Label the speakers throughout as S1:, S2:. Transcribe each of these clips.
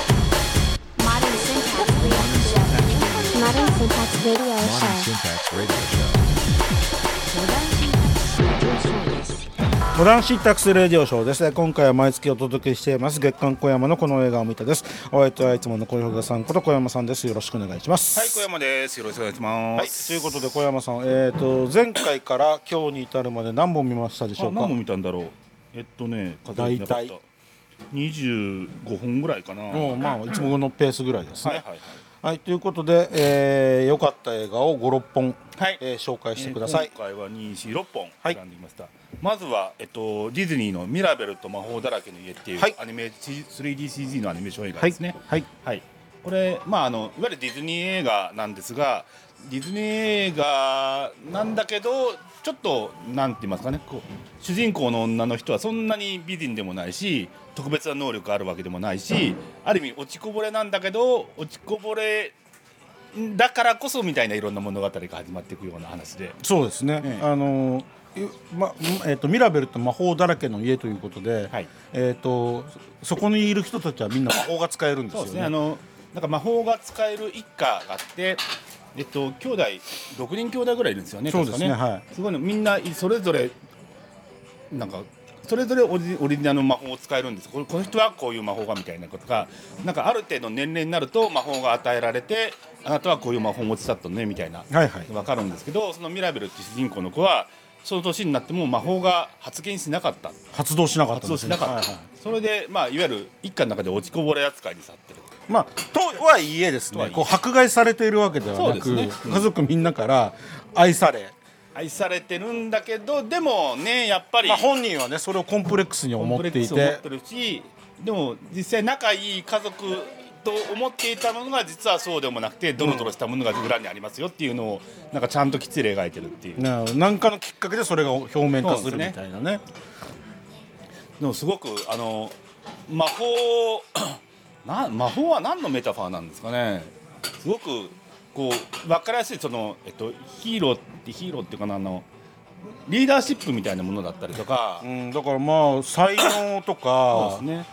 S1: Modern Syntax Radio Show. Modern Syntax Radio Show.
S2: Modern Syntax Radio Show.
S3: モダンシータックスレディオショーですね今回は毎月お届けしています月刊小山のこの映画を見たですお相手はいつもの小山さんこと小山さんですよろしくお願いします
S4: はい、小山です。よろしくお願いしま
S3: はい
S4: す。
S3: ということで小山さんえっ、と前回から今日に至るまで何本見ましたでしょ
S4: あ
S3: うか
S4: 何本見たんだろう。えっとね、数えてなかっ
S3: 大
S4: た
S3: 体。
S4: 二十五本ぐらいかな。はい
S3: もうまあいつものペースぐらいです
S4: は
S3: ね
S4: いはい。
S3: はい、ということで、えー、良かった映画を5、6本、
S4: はい
S3: えー紹介してください
S4: えー。今回は二四六本
S3: はい
S4: 選んできました。まずはえっとディズニーのミラベルと魔法だらけの家っていう
S3: はい
S4: アニメ 3DCG のアニメーション映画
S3: は
S4: で
S3: い
S4: すね。
S3: はい
S4: はい、これ、まあ、あのいわゆるディズニー映画なんですがディズニー映画なんだけどちょっとなんて言いますかねこう主人公の女の人はそんなに美人でもないし特別な能力があるわけでもないしある意味落ちこぼれなんだけど落ちこぼれだからこそみたいないろんな物語が始まっていくような話で。
S3: そうですね、
S4: ええ
S3: あのーいまえー、とミラベルと魔法だらけの家ということで、
S4: はい
S3: えー、とそこにいる人たちはみんな魔法が使えるんです
S4: そう
S3: よ
S4: です
S3: ね。
S4: ね。あのなんか魔法が使える一家があって、えっと兄弟六人兄弟ぐらいいるんですよね。
S3: そうですね
S4: 確か
S3: はい
S4: すごいのみんないそれぞれなんか。それぞれオリジオリジナルの魔法を使えるんですこのこの人はこういう魔法がみたいなことがなんかある程度年齢になると魔法が与えられてあなたはこういう魔法を持ち去ったのねみたいな
S3: はいはい
S4: わかるんですけどそのミラベルっていう主人公の子はその年になっても魔法が発現しなかった
S3: 発動しなかっ
S4: 発
S3: たんで
S4: 動
S3: す
S4: し
S3: よ
S4: なかった、
S3: はいはい
S4: それで、まあ、いわゆる一家の中で落ちこぼれ扱いにさってる
S3: まあ、とはいえです
S4: とは
S3: ね
S4: いえ
S3: こう迫害されているわけではなく、
S4: そうですね
S3: 家族みんなから愛され、
S4: 愛されてるんだけどでもねやっぱり
S3: まあ、本人はねそれをコンプレックスに
S4: コ
S3: 思
S4: ン
S3: っ
S4: プレ
S3: て
S4: ック
S3: い
S4: スを持
S3: て
S4: ってるしでも実際仲いい家族と思っていたものが実はそうでもなくてドロドロしたものが裏にありますよっていうのをなんかちゃんときっちり描いてるっていう
S3: な何かのきっかけでそれが表面化するみたいなね。
S4: でもすごくあの魔法 な魔法は何のメタファーなんですかねすごくこう分かりやすいその、えっと、ヒーローってヒーローっていうかなあのリーダーシップみたいなものだったりとか
S3: う。ん、だからまあ才能
S4: そう
S3: と
S4: で
S3: か
S4: すね、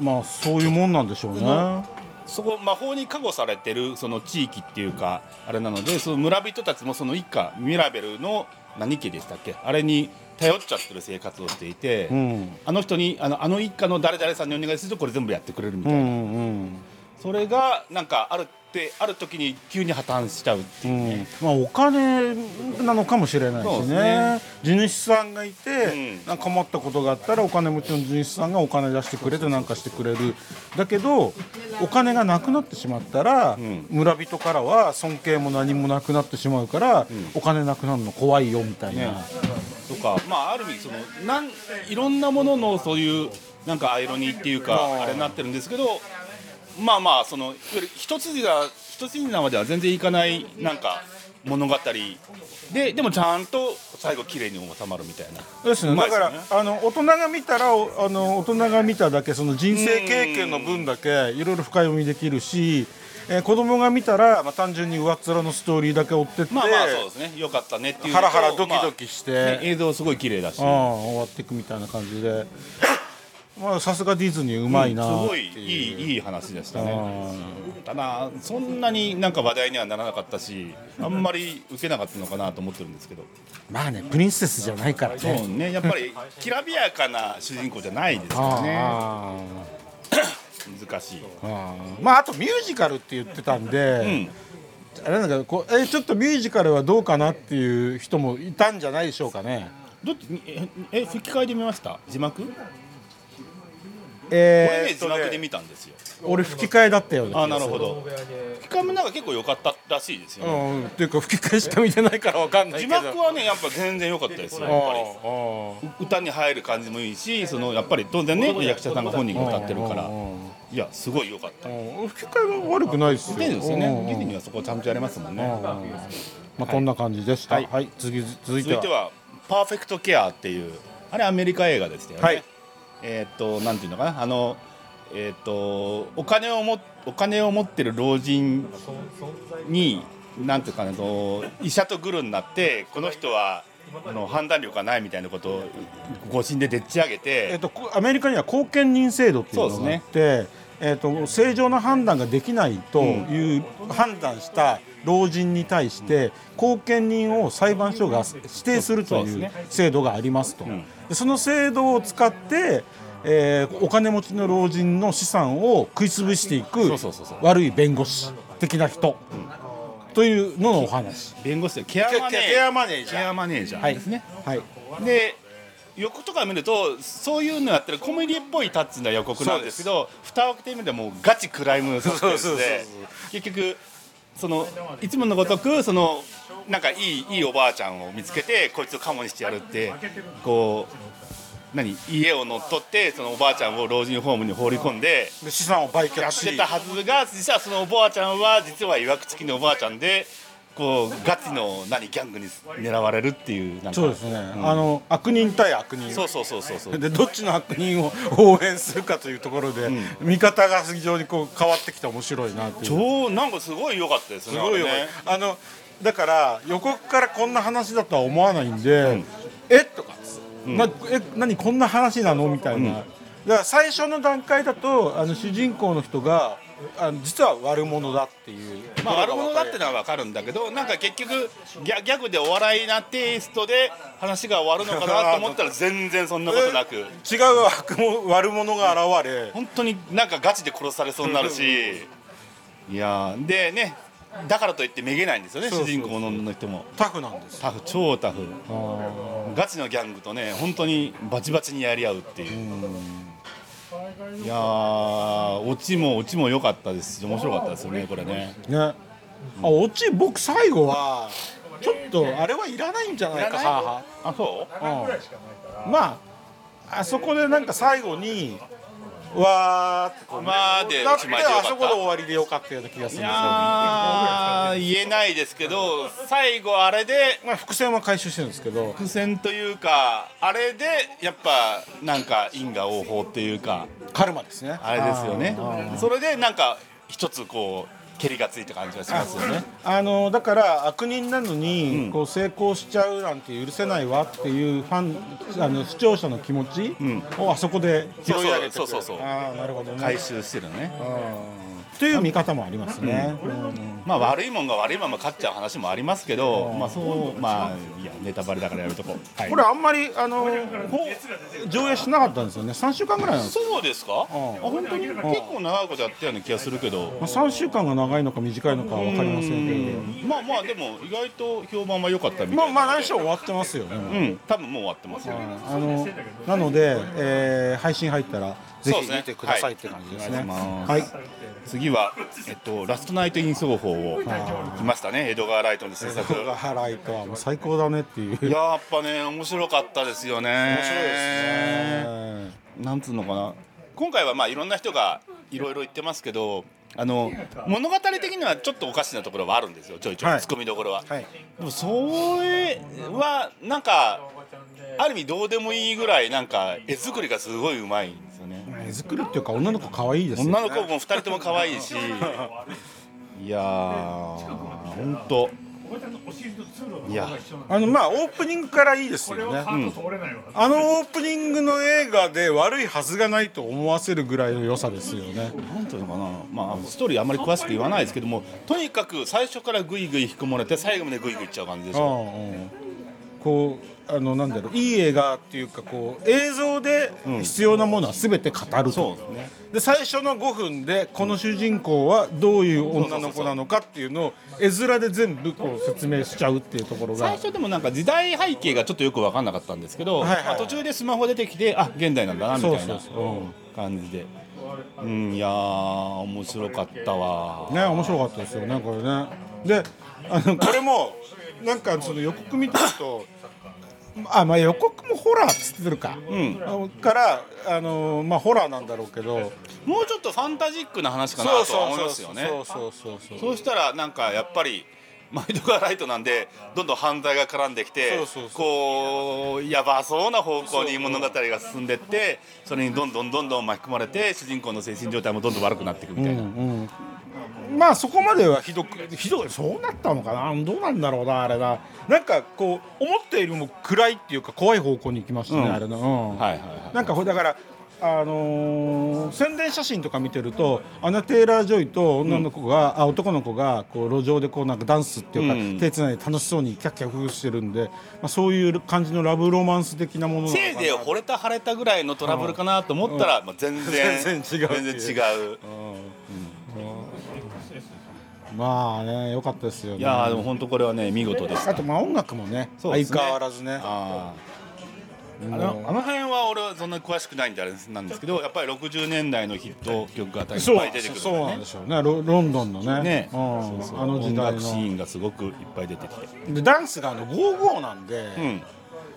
S3: まあそういうもんなんでしょうね。
S4: そこ魔法に加護されてるその地域っていうかあれなのでその村人たちもその一家ミラベルの何家でしたっけあれに頼っちゃってる生活をしていて、
S3: うん、
S4: あの人にあのあの一家の誰々さんにお願いするとこれ全部やってくれるみた
S3: う
S4: いな、
S3: ん、うん、
S4: それがなんかあるってある時に急に破綻しちゃうって
S3: う
S4: いうね、
S3: ん、まあお金なのかもしれない
S4: そう
S3: し
S4: です
S3: ね
S4: ね。
S3: 地主さんがいて
S4: う、ん
S3: なんか困ったことがあったらお金持ちの地主さんがお金出してくれてなんかしてくれる。だけどお金がなくなってしまったら
S4: ん
S3: 村人からは尊敬も何もなくなってしまうからお金なくなるの怖いよみたい
S4: ね
S3: な。、
S4: とか、まあ、ある意味そのなんいろんなもののそういうなんかアイロニーっていうかあれになってるんですけどまあまあそのいわゆる一筋が一筋縄では全然いかないなんか物語ででもちゃんと最後綺麗に収まるみたいな。
S3: ですね。
S4: うま
S3: だ
S4: いです
S3: か
S4: よ
S3: ら、
S4: ね
S3: あの大人が見たらおあの大人が見ただけその人生経験の分だけいろいろ深読みできるし、えー子供が見たらまあ単純に上っ面のストーリーだけ追ってって、
S4: まあまあそうですね良かったねっていうのと
S3: ハラハラドキドキして、
S4: まあね映像すごい綺麗だし
S3: ああ終わっていくみたいな感じで、まあさすがディズニーうまいな
S4: す
S3: っ
S4: ご
S3: て
S4: い
S3: いう、
S4: いいいい話でした
S3: あ
S4: ねただそんなになんか話題にはならなかったしあんまり受けなかったのかなと思ってるんですけど
S3: まあねプリンセスじゃないからね。
S4: そうねやっぱりきらびやかな主人公じゃないですからね
S3: ああ
S4: 難しい
S3: あーまああとミュージカルって言ってたんで、あれなんかこうえちょっとミュージカルはどうかなっていう人もいたんじゃないでしょうかね。
S4: どっちええ吹き替えで見ました字幕、俺ね
S3: えーっ
S4: 字
S3: とね
S4: 幕で見たんですよ
S3: 俺吹き替えだったよね。
S4: あなるほど吹き替えもなんか結構良かったらしいですよ
S3: う
S4: ね
S3: んうんっていうか吹き替えしか見てないからわかんない
S4: 字
S3: けど。
S4: 幕はねやっぱ全然良かったですよやっぱり
S3: あ
S4: 歌に入る感じもいいしそのやっぱり当然ね役者さんが本人が歌ってるからいやすごい良かった
S3: ーあーうん吹き替えは悪くないですよ。
S4: 出るんですよ
S3: うんう
S4: ね
S3: ん
S4: ディズニーはそこちゃんとやれますもんね
S3: まあこんな感じでした。は、
S4: はいい
S3: 次続い
S4: 続
S3: て
S4: い
S3: は
S4: ては「パーフェクトケア」っていうあれアメリカ映画でしたよね、
S3: はい
S4: えーっとなんていうのかなあのえーっとお金をもお金を持ってる老人になんていうかねこう医者とグルになってこの人はあの判断力がないみたいなことを誤診ででっち上げて、
S3: えっと、こアメリカには後見人制度っていうのがあって、えっと、正常な判断ができないという判断した老人に対して後見人を裁判所が指定する
S4: そ
S3: と
S4: うそう
S3: い
S4: で
S3: う
S4: すね
S3: 制度がありますと
S4: ん。
S3: でその制度を使ってえーお金持ちの老人の資産を食い潰していく
S4: そうそうそうそう
S3: 悪い弁護士的な人というののお話。
S4: 弁護士でケアマネー
S3: ケケアマネージャー
S4: ケアマネージャーですね、
S3: はい、
S4: で予告とか見るとそういうのやってるコメディっぽいタッチの予告なんですけど蓋を開けてみるともうガチクライムサスペンスで結局そのいつものごとくそのなんかいいいいおばあちゃんを見つけてこいつをカモにしてやるってこう何家を乗っ取ってそのおばあちゃんを老人ホームに放り込んで。
S3: で資産を売
S4: や
S3: 却
S4: っ
S3: して
S4: たはずが実はそのおばあちゃんは実はいわくつきのおばあちゃんでこうガチの何ギャングに狙われるっていうなんか
S3: そうですね、あの悪人対悪人
S4: そうそうそうそうそう
S3: でどっちの悪人を応援するかというところで、見方が非常にこう変わってきて面白いなっていう。
S4: 超なんかすごい良かったですね
S3: すごいよ、
S4: あれね
S3: あのだから予告からこんな話だとは思わないんで、えとか、なえ何こんな話なのみたいな、だから最初の段階だとあの主人公の人があの実は悪者だっていう、
S4: まあ悪者だってのは分かるんだけどなんか結局ギャギャグでお笑いなテイストで話が終わるのかなと思ったら 全然そんなことなく
S3: 違う悪も悪者が現れ、
S4: 本当になんかガチで殺されそうになるしいやーでねだからといってめげないんですよね
S3: そう
S4: 主
S3: そうそう
S4: 人公の人も
S3: タフなんです
S4: タフ超タフガチのギャングとね本当にバチバチにやり合うっていういやーオチもオチも良かったですし面白かったですよねこれね
S3: ね、あオチ僕最後はちょっとあれはいらないんじゃないかは
S4: あそう
S3: あはあうんまああそこでなんか最後にわーってこう
S4: まあで
S3: だ
S4: お
S3: っ
S4: してまいでよか
S3: あ
S4: った
S3: そこで終わりでよかったような気がす
S4: い
S3: るんですよ、
S4: やー言えないですけど最後あれで
S3: まあ、伏線は回収してるんですけど
S4: 伏線というかあれでやっぱなんか因果応報っていうか
S3: カルマですね
S4: あれですよねそれでなんか一つこう蹴りがついた感じがしますよね
S3: あのだから悪人なのに、こう成功しちゃうなんて許せないわっていうファンあの視聴者の気持ちをあそこで拾い上げてくる
S4: そうそうそうそう
S3: ああなるほどね、
S4: 回収してるね
S3: という見方もありますね、うん
S4: まあ悪いもんが悪いまま勝っちゃう話もありますけど、まあそうまあいやネタバレだからやるとこ。はい
S3: これあんまりあのほ上映しなかったんですよね3週間ぐらいなんですよ
S4: そうですか？あ本当に結構長いことやったような気がするけど、
S3: まあ3週間が長いのか短いのかは分かりませんけど
S4: まあまあでも意外と評判は良かったみたいな。
S3: まあまあ何しろ終わってますよね、
S4: うん、多分もう終わってますよ。
S3: あのなので、えー配信入ったらぜ
S4: そうで
S3: ひ
S4: すね
S3: 見てくださいって感じですね
S4: はいお願いします
S3: はい
S4: 次はえっとラストナイトイン奏法を来ましたね。江戸川ライトの制作。
S3: 僕が払いとはもう最高だねっていう
S4: いややっぱね面白かったですよね。面白いですね。なんつうのかな今回はまあいろんな人がいろいろ言ってますけどあの物語的にはちょっとおかしなところはあるんですよちょいちょい、
S3: はい
S4: ツッコミどころは、
S3: はい
S4: でもそれはなんかある意味どうでもいいぐらいなんか絵作りがすごいうまいんですよね
S3: 絵作りっていうか女の子可愛いですよ
S4: 女の子も2人とも可愛いし いやー本当いや
S3: あのまあオープニングからいいですよね、あのオープニングの映画で悪いはずがないと思わせるぐらいの良さですよね
S4: なんていうのかな、まあ、ストーリーあんまり詳しく言わないですけどもとにかく最初からぐいぐい引き込まれて最後までぐいぐいいっちゃう感じでしょ
S3: うんうんこうあのなんだろういい映画っていうかこう映像で必要なものは全て語ると、
S4: そうですね
S3: で最初の5分でこの主人公はどういう女の子なのかっていうのを絵面で全部こう説明しちゃうっていうところが
S4: 最初でもなんか時代背景がちょっとよく分かんなかったんですけど、
S3: はいはい
S4: まあ、途中でスマホ出てきてあ現代なんだなみたい
S3: そ
S4: な
S3: うそうそううん
S4: 感じでうんいやー面白かったわ、
S3: ね面白かったですよねこれねであのこれもなんかその予告見てるとあまあ予告もホラーっつってるか、うん、からあのまあホラーなんだろうけど
S4: もうちょっとファンタジックな話かなとは思いますよね
S3: そうそうそうそう
S4: そうしたらなんかやっぱりマイドガーライトなんでどんどん犯罪が絡んできて
S3: そうそうそう
S4: こうやばそうな方向に物語が進んでってそれにどんどんどんどん巻き込まれて主人公の精神状態もどんどん悪くなっていくみたいな、
S3: うんまあそこまではひどくひどいそうなったのかなどうなんだろうなあれななんかこう思ったよりも暗いっていうか怖い方向に行きましたね、
S4: うん
S3: あれな、うん
S4: はいはいはい
S3: なんかほらだからあのー宣伝写真とか見てるとアナ・テイラー・ジョイと女の子が、あ男の子がこう路上でこうなんかダンスっていうか、
S4: うん
S3: 手つないで楽しそうにキャッキャフフしてるんで、まあ、そういう感じのラブロマンス的なものなのかな
S4: せいぜい惚れた腫れたぐらいのトラブルかなと思ったら、まあ、全然
S3: 全然違うってい
S4: 全
S3: う
S4: 然違う
S3: まあね良かったですよね
S4: いやーでも本当これはね見事です
S3: あとまあ音楽もね
S4: そうですね
S3: 相変わらずね
S4: あーあ
S3: あ
S4: の
S3: の
S4: あの辺は俺はそんなに詳しくないんであれなんですけどやっぱり60年代のヒット曲が大変いっぱい出てくる
S3: そうなん
S4: ね
S3: でしょうねロロンドンのね
S4: ね
S3: うん
S4: そうそう
S3: あの時
S4: 音
S3: 代
S4: 楽シ
S3: の
S4: ーンがすごくいっぱい出てきて、
S3: でダンスがあの55なんで
S4: うん、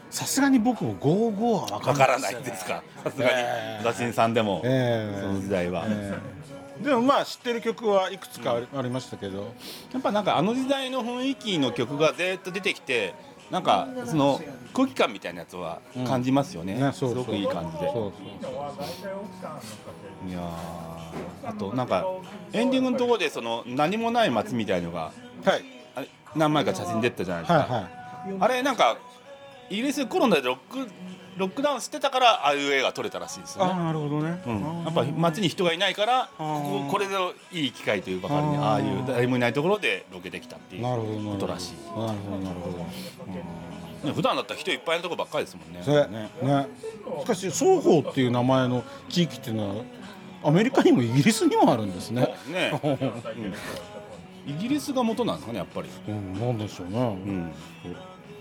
S3: さすがに僕も55は分
S4: わ
S3: か
S4: かららな
S3: な
S4: いい
S3: で
S4: ですす
S3: よ
S4: かさすが
S3: え
S4: に雑誌さんでも、
S3: ええ
S4: その時代は、
S3: ええでもまあ知ってる曲はいくつかありありましたけど
S4: やっぱなんかあの時代の雰囲気の曲がずーっと出てきてなんかその空気感みたいなやつは感じますよね,、
S3: ねそう
S4: す
S3: そう
S4: ごくいい感じで
S3: そうそう
S4: いやーあとなんかエンディングのところでその何もない街みたいのが
S3: はい
S4: あれ何枚か写真出てたじゃないですか、
S3: はいは
S4: あれなんかイギリスコロナでロックロックダウンしてたからああいう絵が撮れたらしいです
S3: い
S4: よね、
S3: あなるほどね
S4: うん、やっぱ街に人がいないからこここれでいい機会というばかりに
S3: あー
S4: ああいう誰もいないところでロケできたっていう
S3: なるほど
S4: こ
S3: なるほ
S4: と
S3: ど
S4: らしい
S3: なるほどなるほど
S4: ね普段だったら人いっぱいのとこばっかりですもんね
S3: それねしかし双方っていう名前の地域っていうのはアメリカにもイギリスにもあるんですね、
S4: ね、うんイギリスが元なんですかねやっぱり、
S3: うん、なんでしょうね、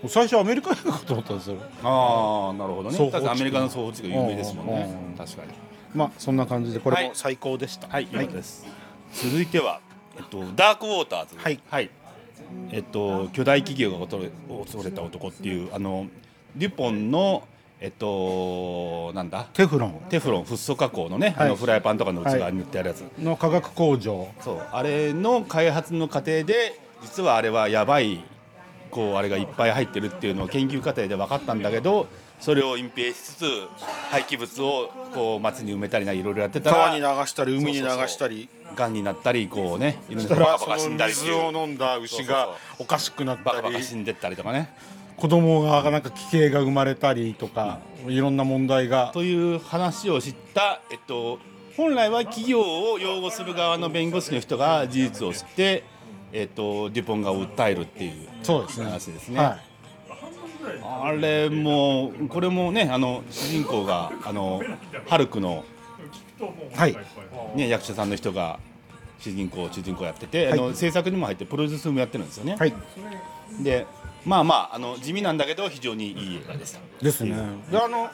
S3: 最初アメリカ映画かと思ったんですよ
S4: ああなるほど
S3: 双
S4: ね
S3: 方地区
S4: だってアメリカの双方地区が有名ですもん
S3: うんうんうん
S4: ね確かに
S3: まあそんな感じでこれも
S4: 最高でしたはい、よかったです続いては、えっと、ダークウォーターズ
S3: はい
S4: えっと、巨大企業が恐れ恐れた男っていうあのデュポンのえっとなんだ
S3: テフロン
S4: テフロンフッ素加工のね、あ
S3: は
S4: の
S3: い
S4: フライパンとかの内側に塗ってあるやつ、
S3: の化学工場
S4: そうあれの開発の過程で実はあれはやばいこうあれがいっぱい入ってるっていうのを研究過程で分かったんだけどそれを隠蔽しつつ廃棄物をこう街に埋めたりないろいろやってたら
S3: 川に流したり海に流したり
S4: がんになったりこうねいろんなバ
S3: そした
S4: カ
S3: ら
S4: バ
S3: そ
S4: カ死ん
S3: の
S4: だりって
S3: 水
S4: い
S3: を
S4: う
S3: 飲んだ牛がおかしくなっ
S4: バ
S3: た
S4: カバカ
S3: り
S4: 死んでったりとかね
S3: 子供がなんか奇形が生まれたりとかいろんな問題が
S4: という話を知った、えっと、本来は企業を擁護する側の弁護士の人が事実を知って、えっと、デュポンが訴えるっていう
S3: そうですね
S4: 話ですね。
S3: は
S4: あれもこれもねあの主人公があのハルクの、
S3: い、はい、
S4: ね、役者さんの人が主人公主人公やってて、あの制作にも入ってプロデュースもやってるんですよね。
S3: はい
S4: でまあまああの地味なんだけど非常にいい映画でした。
S3: ですね。であの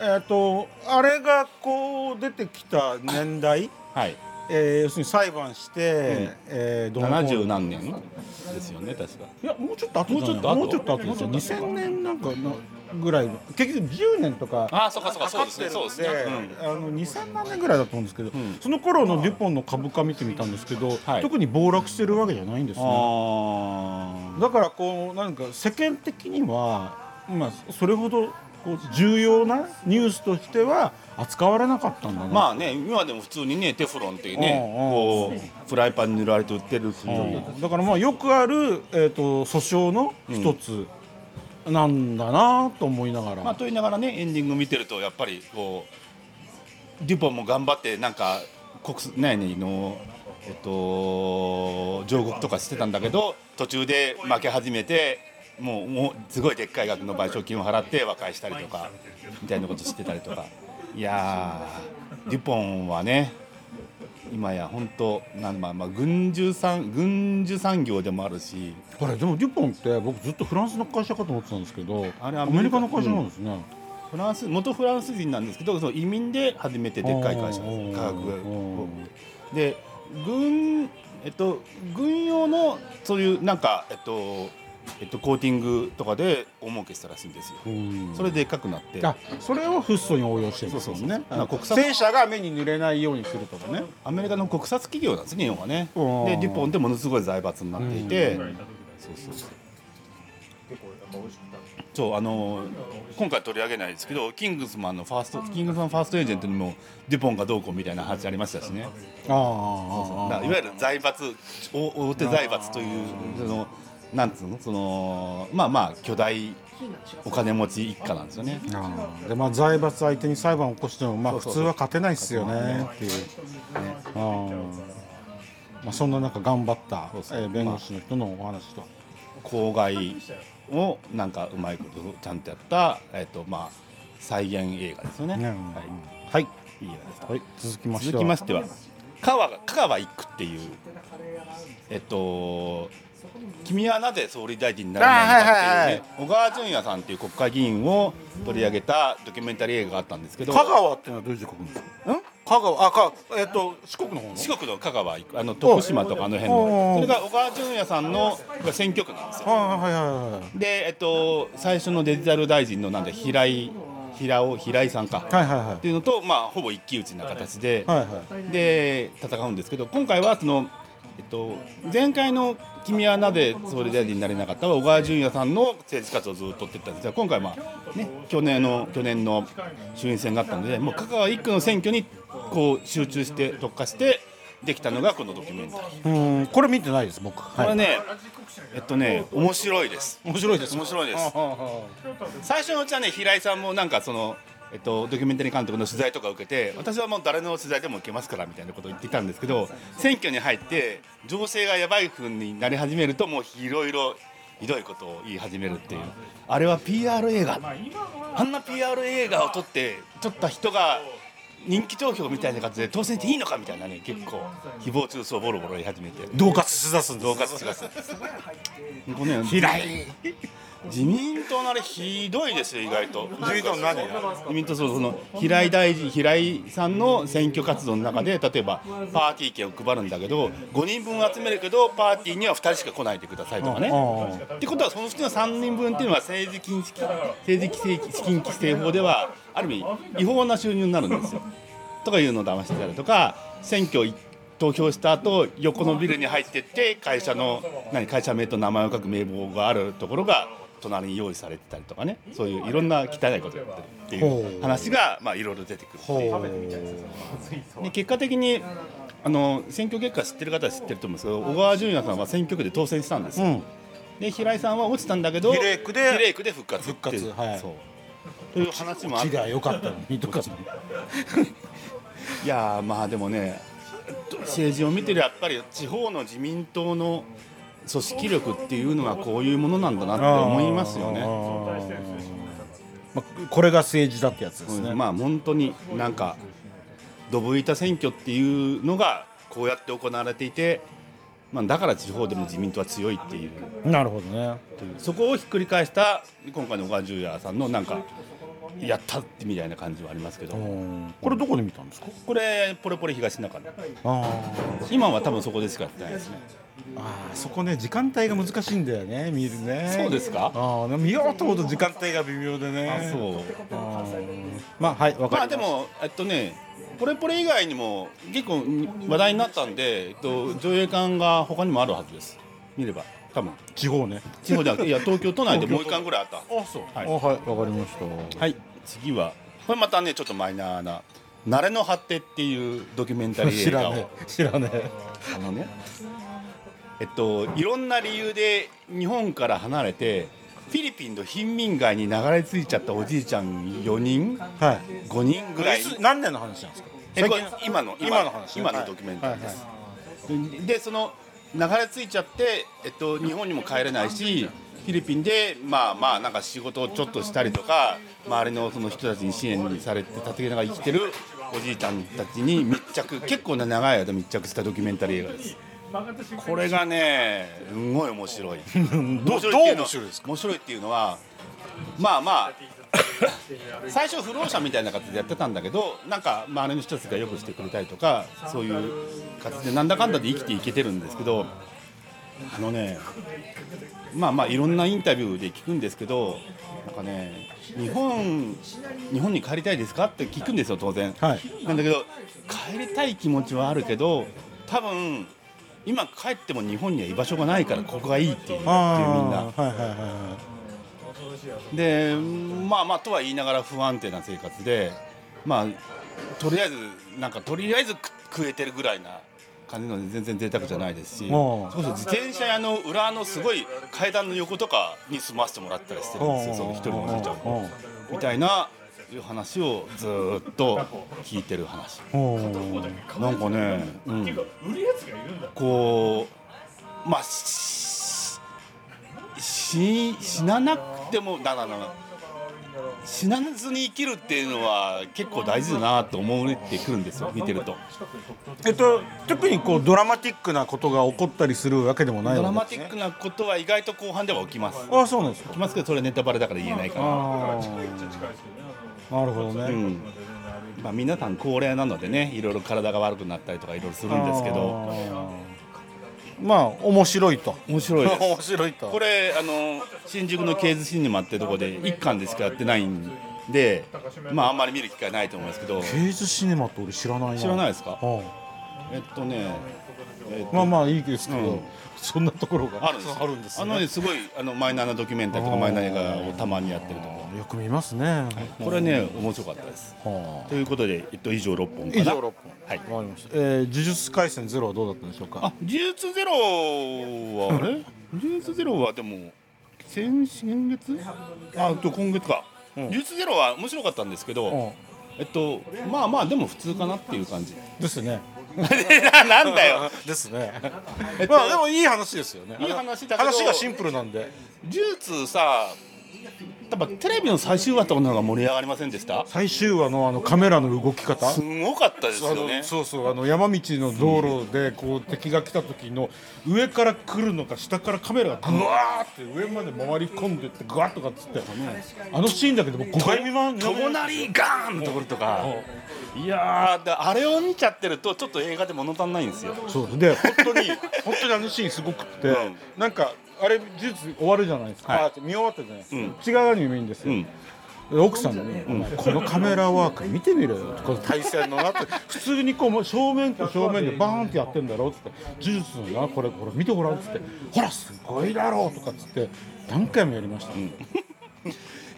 S3: えっ、とあれがこう出てきた年代、
S4: はい、
S3: えー、要するに裁判して、えー、どうのこうの
S4: 70何年ですよね確か。
S3: いやもうちょっと後
S4: もうちょっと後
S3: もうちょっと後ですよ。2000年なんかのぐらい結局10年とか。
S4: ああそうかそうかそうですねそうですね。
S3: で
S4: うん
S3: あの2000万年ぐらいだと思うんですけど、その頃のデュポンの株価見てみたんですけど、
S4: はい
S3: 特に暴落してるわけじゃないんですね。
S4: あ
S3: だからこうなんか世間的には、まあ、それほどこう重要なニュースとしては扱われなかったんだな、
S4: あまあね今でも普通にねテフロンっていうね
S3: うん
S4: こうフライパンに塗られて売ってるし、
S3: うんだからまあよくある、えー、と訴訟の一つなんだなと思いながら、
S4: まあと言いながらねエンディング見てるとやっぱりこうデュポンも頑張ってなんか国す何々のえっと上告とかしてたんだけど途中で負け始めてもうもうすごいでっかい額の賠償金を払って和解したりとかみたいなことしてたりとかいやーデュポンはね今や本当なんまあまあ軍需産軍需産業でもあるし
S3: これでもデュポンって僕ずっとフランスの会社かと思ってたんですけど
S4: あれ
S3: ア
S4: ア
S3: メ
S4: メ
S3: リ
S4: リカ
S3: カの会社なんですね、
S4: フランス元フランス人なんですけどその移民で初めてでっかい会社なんです科学
S3: うん
S4: をで軍,、えっと、軍用のそういうなんか、えっとえっと、コーティングとかで大儲けしたらしいんですよ、
S3: うん
S4: それでっかくなって
S3: あそれをフッ素に応用してるんです
S4: そうそうそう
S3: ねあの
S4: 国産
S3: 戦車が目に濡れないようにするとかね
S4: アメリカの国策企業なんですね日本はね
S3: うん
S4: でデュポンってものすごい財閥になっていて、そうそうそうそうあの今回取り上げないですけどキングスマンのファーストキングスマンファーストエージェントにもデュポンがどうこうみたいな話ありましたしね
S3: ああ
S4: だからいわゆる財閥お大手財閥というそのなんつうのそのまあまあ巨大お金持ち一家なんですよね。
S3: ああでまあ財閥相手に裁判を起こしてもまあ
S4: そう
S3: 普
S4: そう
S3: 通
S4: そう
S3: は勝てないっすよねっていうああまあそんな中頑張った
S4: そうそう
S3: えー弁護士の人のお話と
S4: 公害をなんかうまいことちゃんとやった、えっとまあ、再現映画ですよね。
S3: ね
S4: はい、はい、いい映画でした。
S3: はい続きまして
S4: 続
S3: は
S4: きましては香川香川一区っていうえっと君はなぜ総理大臣になれないのかっていうね小川淳也さんっていう国会議員を取り上げたドキュメンタリー映画があったんですけど
S3: 香川っていうのはどういう時刻ですか香川あかえっと四国の方の
S4: 四国の香川一区あの徳島とかあの辺
S3: おう
S4: のそれが小川淳也さんの選挙区なんですよ
S3: ああはいはいはい
S4: でえっと最初のデジタル大臣のなんだ平井平尾平井さんか、
S3: はいはいはい
S4: っていうのと、まあ、ほぼ一騎打ちな形で、
S3: はいは
S4: で戦うんですけど今回はその、えっと、前回の「君はなぜ総理大臣になれなかった」は小川淳也さんの政治活動をずっと追っていったんですが今回は、まあね、去年の去年の衆院選があったのでもう香川一区の選挙にこう集中して特化してできたのがこのドキュメンタリー。
S3: うんこれ見てないです僕
S4: こ
S3: は
S4: れ
S3: い
S4: ね、えっとね面白いです
S3: 面白いです
S4: 面白いです
S3: あああ
S4: 最初のうちはね平井さんもなんかその、えっと、ドキュメンタリー監督の取材とか受けて私はもう誰の取材でも受けますからみたいなことを言っていたんですけど選挙に入って情勢がやばい風になり始めるともういろいろひどいことを言い始めるっていうあれは PR 映画あんな PR 映画を撮って撮った人が人気投票みたいな感じで当選していいのかみたいなね結構誹謗中傷をボロボロ言い始めて
S3: 恫喝しだすんです
S4: 同活します。このね
S3: 平井
S4: 自民党のあれひどいですよ意外と
S3: 自民党の何
S4: 自民党そうその平井大臣平井さんの選挙活動の中で例えばパーティー券を配るんだけど5人分集めるけどパーティーには2人しか来ないでくださいとかね
S3: あ
S4: ってことはそのうちの3人分っていうのは政治禁止政治規制資金規正法ではある意味違法な収入になるんですよ。とかいうのを騙してたりとか選挙い投票した後横のビルに入ってって会社の何会社名と名前を書く名簿があるところが隣に用意されてたりとかねそういういろんな汚いことをやってるって
S3: ほ
S4: いうう話がまあいろいろ出てくるっていう
S3: ほう
S4: で結果的にあの選挙結果知ってる方は知ってると思うんですけど小川淳也さんは選挙区で当選したんですよ、
S3: うん
S4: で平井さんは落ちたんだけど
S3: 比例区で
S4: 比例区で復活っていう
S3: 復活はい
S4: そうという話もあっ
S3: 切り
S4: て
S3: ゃよかったのにとか
S4: いやーまあでもね政治を見てるやっぱり地方の自民党の組織力っていうのはこういうものなんだなって思いますよね。
S3: ね。まあ、これが政治だってやつですね。
S4: まあ本当になんかどぶ板選挙っていうのがこうやって行われていて、まあ、だから地方でも自民党は強いっていう
S3: なるほどね。
S4: そこをひっくり返した今回の小川淳也さんのなんかやったってみたいな感じはありますけど
S3: うんこれどこで見たんですか。
S4: これポレポレ東中野
S3: あ
S4: 今は多分そこでしかやってないですね。
S3: あ、そこね、時間帯が難しいんだよね、見るね。
S4: そうですか
S3: ああ、でも見ようと思うと時間帯が微妙でね。
S4: あそう
S3: まあ、はい、わ
S4: ま
S3: か
S4: あ
S3: り
S4: で
S3: まし
S4: もえっとねポレポレ以外にも結構話題になったんで、えっと、上映館が他にもあるはずです見れば多分
S3: た。地方ね。
S4: 地方じゃ なくていや東京都内でもう一館ぐらいあった
S3: あ、そう。
S4: はい
S3: あ、はい、わかりました。
S4: はい次はこれまたねちょっとマイナーな「慣れの果て」っていうドキュメンタリー
S3: 知
S4: 映画
S3: ら
S4: を
S3: ねえ。知らねえ。
S4: あのねえっといろんな理由で日本から離れてフィリピンの貧民街に流れ着いちゃったおじいちゃん4人
S3: はい。
S4: 5人ぐらい
S3: いつ何年の話なんですか。
S4: えこれ今の
S3: 今の話ね。
S4: 今のドキュメンタリーです
S3: は。い
S4: でその流れ着いちゃって、えっと、日本にも帰れないしフィリピンでまあまあなんか仕事をちょっとしたりとか周りのその人たちに支援されて助けながら生きてるおじいちゃんたちに密着結構な長い間密着したドキュメンタリー映画です。これがねすごい面白い
S3: どう
S4: っていのは
S3: どう面白いです
S4: 面白いっていうのはまあま あ最初不老者みたいな形でやってたんだけどなんか周りの人たちがよくしてくれたりとかそういう形でなんだかんだで生きていけてるんですけどあのねまあまあいろんなインタビューで聞くんですけどなんかね日本日本に帰りたいですかって聞くんですよ当然、
S3: はい
S4: なんだけど帰りたい気持ちはあるけど多分今帰っても日本には居場所がないからここがいいっていうっていうみんな
S3: ああ、はいはいはいはい。
S4: でまあまあとは言いながら不安定な生活でまあとりあえずなんかとりあえず食食えてるぐらいな感じなので全然贅沢じゃないですし
S3: おう
S4: そうそう自転車屋の裏のすごい階段の横とかに住ませてもらったりしてるんですよその一人のおじいちゃん
S3: おうおうお
S4: も
S3: う
S4: みたいないう話をずーっと聞いてる話。
S3: おー
S4: なんかね、うん、
S2: ていうか売るやつがいるんだ
S4: こうまあしし死ななくてもだなな死なずに生きるっていうのは結構大事だなと思ってくるんですよ見てると
S3: えっと特にこうドラマティックなことが起こったりするわけでもない
S4: ドラ
S3: わ
S4: マテ
S3: けです
S4: ィッ
S3: ね
S4: クなことは意外と後半では起きます起
S3: あそうなんですか
S4: きますけどそれネタバレだから言えないから、
S3: ああなるほどね、
S4: うんまあ、皆さん高齢なのでねいろいろ体が悪くなったりとかいろいろするんですけど
S3: あーまあ面白いと
S4: 面白いです
S3: 面白いと
S4: これあの新宿のケーズシネマってとこで1巻でしかやってないんでまああんまり見る機会ないと思いますけ ど
S3: ケーズシネマって俺知らないな
S4: 知らないですか
S3: うん
S4: えっとね、えっと
S3: まあまあいいですけど、
S4: うん
S3: そんなところが
S4: あるんですよ
S3: あるんです
S4: あの
S3: ね
S4: ねすごいあのマイナーなドキュメンタリーとか
S3: あー
S4: マイナー映画をたまにやってるとこ
S3: よく見ますね、
S4: これね面白かったです
S3: はあ
S4: ということで、えっと、以上6本かな
S3: 以上6
S4: はい
S3: 本わかりました、えー、呪術廻戦ゼロはどうだったんでしょうか
S4: あ呪術ゼロはあれ呪術ゼロはでも先先月あと今月か、
S3: ん
S4: 呪術ゼロは面白かったんですけど、
S3: うん
S4: えっとまあまあでも普通かなっていう感じ
S3: ですね
S4: な なんだよ
S3: で すね、まあでもいい話ですよね
S4: いい話だけど
S3: 話がシンプルなんで
S4: 呪術さ多分テレビの最終話とかの方が盛り上がりませんでした
S3: 最終話のあのカメラの動き方
S4: すごかったです
S3: あ
S4: よね
S3: のそうそうあの山道の道路でこう敵が来た時の上から来るのか下からカメラがぐわーって上まで回り込んでってぐわっとかっつってあのシーンだけでもう5回未満
S4: 友成ガーンのところとかいやーであれを見ちゃってるとちょっと映画で物足んないんですよ
S3: そうで本当に本当にあのシーンすごくって、
S4: うん
S3: なんかあれ呪術終わるじゃないですか、
S4: はい
S3: あ見終わったじゃないですか、違うアニメいいんですよ、
S4: ん
S3: で奥さんにね、お前このカメラワーク見てみろよこの対戦のなって普通にこう正面と正面でバーンってやってんだろっつって呪術のなこれこれ見てごらんっつってほらすごいだろうとかっつって何回もやりました、
S4: い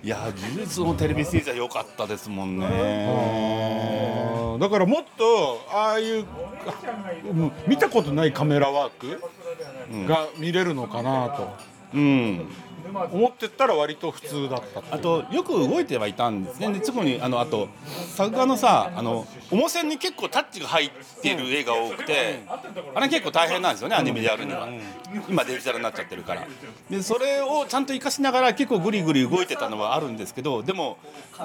S4: やー呪術のテレビシリーズは良かったですもんね
S3: あーだからもっとああいうあうん見たことないカメラワークが見れるのかなと。
S4: うん
S3: 思ってったら割と普通だったってい
S4: あ
S3: う
S4: とよく動いてはいたんですねで特にあのあと作画のさあの重線に結構タッチが入ってる絵が多くてあれ結構大変なんですよねアニメでやるには今デジタルになっちゃってるからでそれをちゃんと活かしながら結構グリグリ動いてたのはあるんですけどでも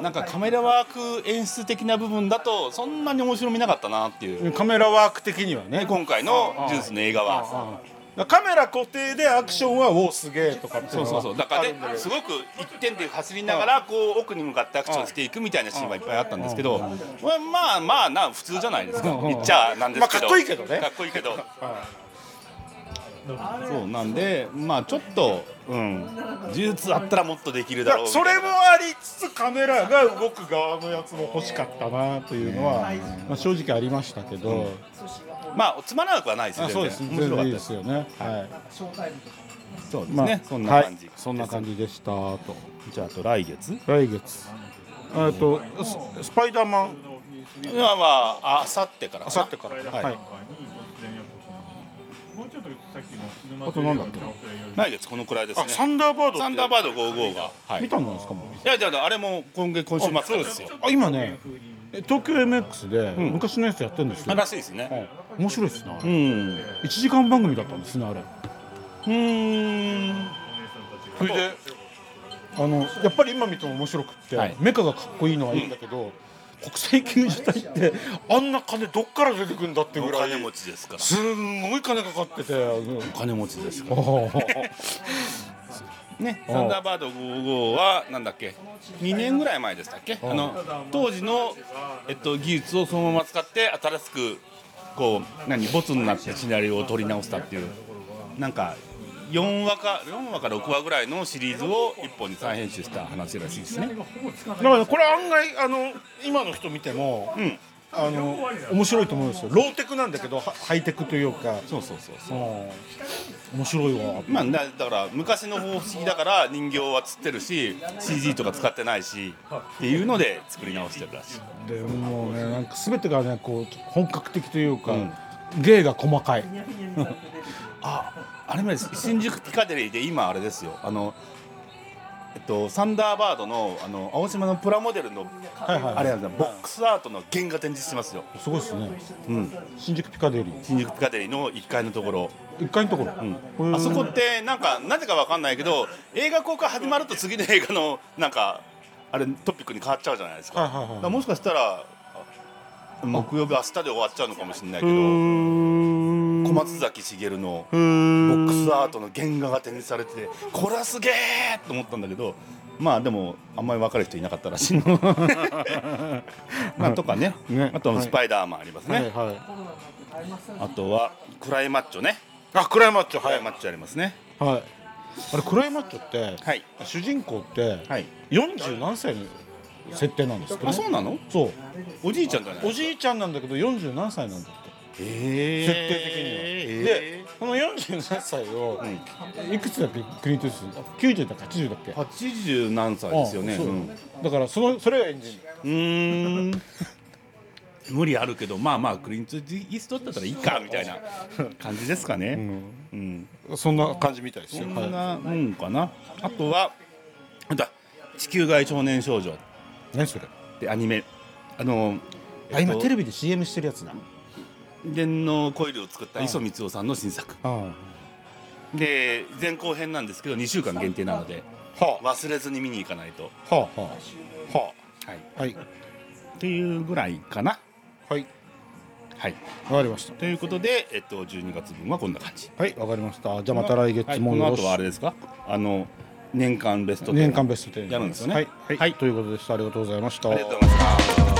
S4: なんかカメラワーク演出的な部分だとそんなに面白みなかったなっていう
S3: カメラワーク的には
S4: で
S3: ね
S4: 今回のジュースの映画は。
S3: カメラ固定でアクションはおおすげえとかってい
S4: そうそうそうだからねすごく一点で走りながらこう奥に向かってアクションしていくみたいなシーンはいっぱいあったんですけどこれまあまあな普通じゃないですか言っちゃなんですけど
S3: まあかっこいいけどね
S4: かっこいいけどそうなんでまあちょっとうん呪術あったらもっとできるだろうみた
S3: そ
S4: いな
S3: れもありつつカメラが動く側のやつも欲しかったなというのは、まあ、正直ありましたけど、
S4: まあつまらなくはないですよ
S3: あそうです
S4: 全
S3: 全
S4: 然面白かった
S3: 然いい
S4: で
S3: ですすよねはい
S4: そうです
S3: まあ
S4: ねそんな感じ
S3: はい、そんな感じでしたと
S4: じゃああと来月
S3: 来月えっとススパイダーマン
S4: まあまああさってから
S3: あ
S4: か
S3: さ
S4: な
S3: ってから
S4: はい
S3: はい、
S2: あ
S3: あとなんだっけ
S4: 来月このくらいです
S3: あ
S4: ね
S3: サ
S4: サ
S3: ンダーバード
S4: ンダーバード55がはい
S3: 見たんですかもう
S4: いやじゃああれも今月今週末そうですよ。
S3: あ今ねえ東京 MX で昔のやつやってるんですよ、
S4: らしいですね。
S3: はい面白いですね、あ
S4: う
S3: れ
S4: ん。
S3: 1時間番組だったんですねあれ
S4: うん。
S3: それであのやっぱり今見ても面白くって、
S4: はい
S3: メカがかっこいいのはいいんだけど、国際救助隊ってあんな金どっから出てくるんだってぐ
S4: お
S3: らい
S4: 金持ちですから。
S3: すんごい金かかってて、うん
S4: お金持ちですかね、
S3: あ
S4: サンダーバード55はなんだっけ2年ぐらい前でしたっけあの当時の、えっと、技術をそのまま使って新しくこう何ボツになってシナリオを取り直したっていうなんか4話か4話か6話ぐらいのシリーズを1本に再編集した話らしいですね。
S3: だからこれ案外あの今の人見ても、あの面白いと思うんですよローテクなんだけどハハイテクというか
S4: そうそうそうそう
S3: うん面白いわ
S4: まあ、なだから昔の方式だから人形は釣ってるし CG とか使ってないしっていうので作り直してるらしい
S3: でもうねなんか全てがねこう本格的というか、
S4: うん
S3: 芸が細かい
S4: ああれまで新宿ピカデリーで今あれですよあのえっとサンダーバードのあの青島のプラモデルの
S3: はいはい
S4: あれなんだボックスアートの原画展示してますよ、
S3: すごいですね
S4: うん、
S3: 新宿ピカデリー
S4: 新宿ピカデリーの1階のところ
S3: 1階のところ、へー
S4: あそこってなんかなぜかわかんないけど映画公開始まると次の映画のなんかあれトピックに変わっちゃうじゃないですか,、
S3: はいはいはい
S4: だからもしかしたらあ木曜日明日で終わっちゃうのかもしれないけど小松崎しげるのボックスアートの原画が展示されててこれはすげえと思ったんだけどまあでもあんまり分かる人いなかったらしい のまあとかね
S3: ね
S4: あとはスパイダーマンありますね、
S3: はいはい
S4: あとはクライマッチョね
S3: あクライマッチョ
S4: ク
S3: は
S4: ラ
S3: い
S4: イマッチョありますね
S3: はいあれクライマッチョって、
S4: はい
S3: 主人公って、
S4: はい
S3: 40何歳の設定なんですけど、
S4: あそうなの
S3: そう
S4: おじいちゃんじゃない
S3: おじいちゃんなんだけど40何歳なんだって
S4: え
S3: 設定的には、でこの47歳を、いくつだっけクリント・イーストウッド90だっけ80だっけ
S4: 八十何歳ですよね。
S3: あそう
S4: うんう
S3: だからそのそれが演じる
S4: ーん。無理あるけど、まあまあクリントイーストウッドだったらいいかみたいな感じですかね。うん。
S3: そんな感じみたいです
S4: そ
S3: よ、
S4: ん
S3: は
S4: なもんかな。あとは、あとは地球外少年少女っ
S3: い、何それ、
S4: てアニメ。あの、
S3: あ今テレ
S4: ビ
S3: ビで CM してるやつだ
S4: 電脳コイルを作った磯光雄さんの新作。
S3: あは
S4: で、前後編なんですけど、二週間限定なので、
S3: あ
S4: 忘れずに見に行かないと。
S3: はあは
S4: はあ。はい。
S3: あはい
S4: っていうぐらいかな。
S3: はい
S4: はい。
S3: わかりました
S4: ということで、えっと、12月分はこんな感じ。
S3: はいわかりましたじゃあまた来
S4: はい
S3: 月も
S4: こ
S3: よ
S4: の
S3: ろし
S4: 後はあれですか。あの、年間ベスト10。
S3: 年間ベスト10
S4: やるんですよね
S3: はい、はい
S4: はい
S3: ということでしたありがとうございました
S4: ありがとうございました。